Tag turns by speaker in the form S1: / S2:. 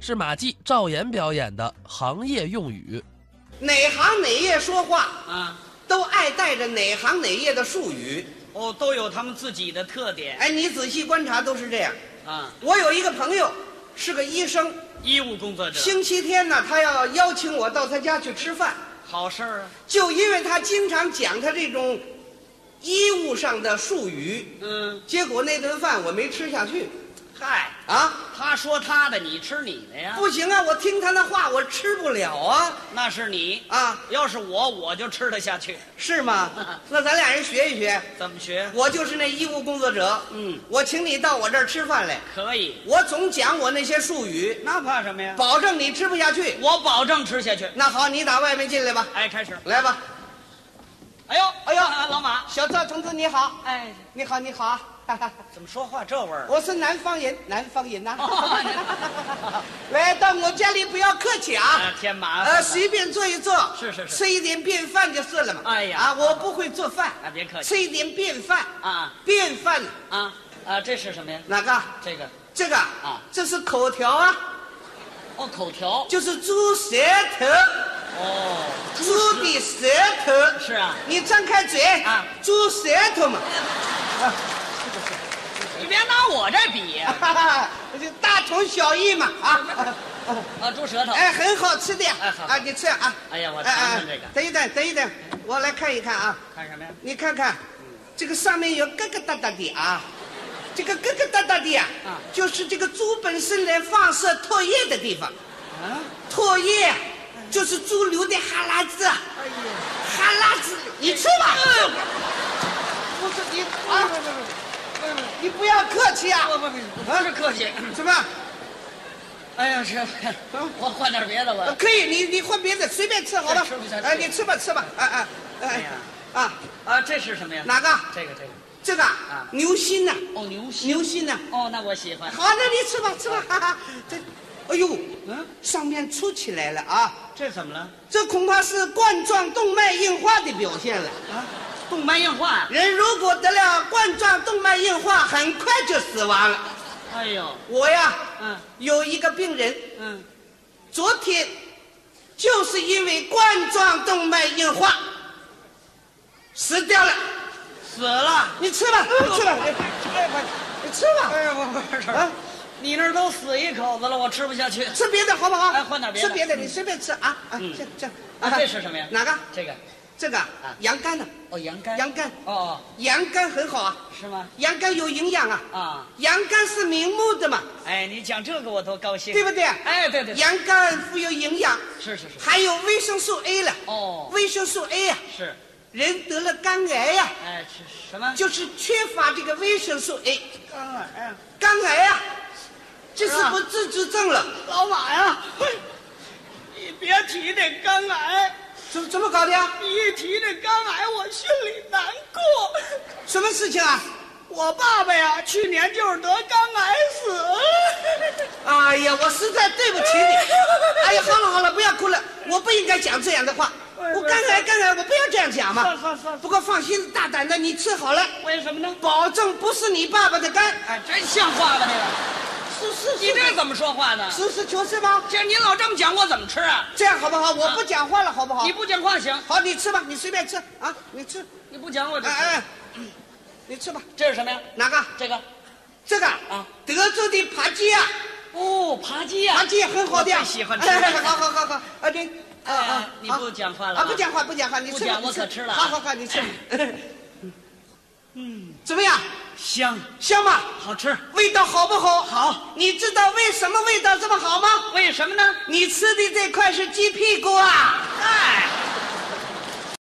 S1: 是马季、赵岩表演的行业用语。
S2: 哪行哪业说话
S3: 啊，
S2: 都爱带着哪行哪业的术语。
S3: 哦，都有他们自己的特点
S2: 哎，你仔细观察都是这样。
S3: 啊。
S2: 我有一个朋友是个医生，
S3: 医务工作者，
S2: 星期天呢，他要邀请我到他家去吃饭，
S3: 好事儿啊。
S2: 就因为他经常讲他这种医务上的术语，
S3: 嗯，
S2: 结果那顿饭我没吃下去
S3: 嗨，
S2: 啊。
S3: 他说他的，你吃你的呀。
S2: 不行啊！我听他那话，我吃不了啊
S3: 那是你，
S2: 啊，
S3: 要是我，我就吃得下去。
S2: 是吗？那咱俩人学一学。
S3: 怎么学？
S2: 我就是那医务工作者，
S3: 嗯，
S2: 我请你到我这儿吃饭来，
S3: 可以。
S2: 我总讲我那些术语，
S3: 那怕什么呀？
S2: 保证你吃不下去。
S3: 我保证吃下去。
S2: 那好，你打外面进来吧，
S3: 哎，开始。
S2: 来吧，
S3: 哎呦，
S2: 哎呦
S3: 啊老马，
S2: 小赵同志你好，
S3: 哎，
S2: 你好，你好，哈哈
S3: 怎么说话这味儿？
S2: 我是南方人，南方人呐、
S3: 哦
S2: 来到我家里不要客气啊
S3: 啊，，添麻烦
S2: 呃，
S3: 了。
S2: 随便坐一坐，
S3: 是是是
S2: 吃一点便饭就是了嘛。
S3: 哎呀
S2: 啊，我不会做饭，
S3: 啊，别客气
S2: 吃一点便饭，
S3: 啊
S2: 便饭
S3: 啊啊！这是什么呀？
S2: 哪个？
S3: 这个
S2: 这个啊
S3: 啊，
S2: 这是口条啊，
S3: 哦，口条
S2: 就是猪舌头，
S3: 哦，
S2: 猪的舌头。
S3: 是啊，
S2: 你张开嘴
S3: 啊
S2: 猪舌头 嘛，
S3: 你别拿我这比呀、
S2: 哈哈，就大同小异嘛啊。
S3: 啊，猪舌头。
S2: 哎，很好吃的，
S3: 哎好
S2: 啊，你吃啊。
S3: 哎呀我
S2: 哎哎
S3: 尝尝这个
S2: 等一等，等一等，我来看一看啊，
S3: 看什么呀？
S2: 你看看，这个上面有疙疙瘩瘩的啊，这个疙疙瘩瘩的啊
S3: 啊，
S2: 就是这个猪本身来放射唾液的地方，
S3: 啊，
S2: 唾液就是猪流的哈喇子，啊
S3: 哎呀，
S2: 哈喇子，你吃吧。不是你啊，你不要客气啊，
S3: 不不不，不是客气。
S2: 什么？
S3: 哎呀，这我换点别的吧。
S2: 可以，你你换别的，随便吃好吧？
S3: 吃不下去
S2: 哎，你吃吧，吃吧。哎哎
S3: 哎
S2: 哎
S3: 呀，
S2: 啊，
S3: 啊，这是什么呀？
S2: 哪个？
S3: 这个这个。
S2: 这个啊
S3: 啊
S2: 牛心呐，
S3: 哦，牛心。
S2: 牛心呐。
S3: 哦，那我喜欢。
S2: 好，那你吃吧，吃吧。 哈哈，这，哎呦，
S3: 嗯，
S2: 上面凸起来了啊！
S3: 这怎么了？
S2: 这恐怕是冠状动脉硬化的表现了。
S3: 啊，动脉硬化。
S2: 人如果得了冠状动脉硬化，很快就死亡了。
S3: 哎呦，
S2: 我呀，
S3: 嗯
S2: 有一个病人，
S3: 嗯，
S2: 昨天就是因为冠状动脉硬化死掉了。
S3: 死了。
S2: 你吃吧，你吃吧，你吃吧，
S3: 哎呀，我不是
S2: 啊，
S3: 你那儿都死一口子了，我吃不下去。
S2: 吃别的好不好？
S3: 哎换点别的
S2: 吃别的，你随便吃啊啊！
S3: 嗯
S2: 这这，
S3: 啊
S2: 啊
S3: 这是什么呀
S2: 哪个？
S3: 这个，
S2: 这个羊肝呢？
S3: 哦，羊肝。
S2: 羊肝，
S3: 哦，
S2: 羊肝很好啊，
S3: 是吗？
S2: 羊肝有营养啊，
S3: 啊，
S2: 羊肝是明目的嘛，
S3: 哎，你讲这个我都高兴。
S2: 对不对？
S3: 哎，对对，对
S2: 羊肝富有营养，
S3: 是是是。
S2: 还有维生素 A 了。
S3: 哦，
S2: 维生素 A 呀、
S3: 是，
S2: 人得了肝癌呀、
S3: 哎，是什么？
S2: 就是缺乏这个维生素 A，
S3: 肝癌啊呀，
S2: 肝癌呀、这是
S3: 是吧
S2: 不治之症了。
S3: 老马呀，你别提这肝癌，
S2: 怎么怎么搞的啊呀？
S3: 你一提这肝癌，我心里难过。
S2: 什么事情啊？
S3: 我爸爸呀，去年就是得肝癌死了。
S2: 哎呀，我实在对不起你。哎呀，好了好了，不要哭了，我不应该讲这样的话。
S3: 哎
S2: 我肝癌肝癌，我不要这样讲嘛
S3: 算。算算，
S2: 不过放心，大胆的你吃好了，
S3: 为什么呢？
S2: 保证不是你爸爸的肝。
S3: 哎，真像话吗？这
S2: 是是
S3: 个，你这怎么说话呢？
S2: 实事求是吧？
S3: 这你老这么讲，我怎么吃啊？
S2: 这样好不好？我不讲话了，好不好
S3: 你？不讲话行，
S2: 好，你吃吧，你随便吃啊，你吃。
S3: 你不讲我这
S2: 哎
S3: 吃。
S2: 哎，你吃吧。
S3: 这是什么呀？
S2: 哪个？
S3: 这个，
S2: 这个
S3: 啊，
S2: 德州的扒鸡啊，
S3: 哦，扒鸡呀、
S2: 扒鸡很好的呀。
S3: 我最喜欢吃
S2: 哎好好好好，啊你。啊
S3: 哎
S2: 啊！
S3: 你
S2: 好
S3: 不讲话了
S2: 啊！
S3: 吧
S2: 不讲话，不讲话，你吃吧
S3: 不讲
S2: 你
S3: 我可吃了啊
S2: 好好好，你吃。嗯，怎么样？
S3: 香，
S2: 香吗？
S3: 好吃。
S2: 味道好不好？
S3: 好。
S2: 你知道为什么味道这么好吗？
S3: 为什么呢？
S2: 你吃的这块是鸡屁股啊！
S3: 哎，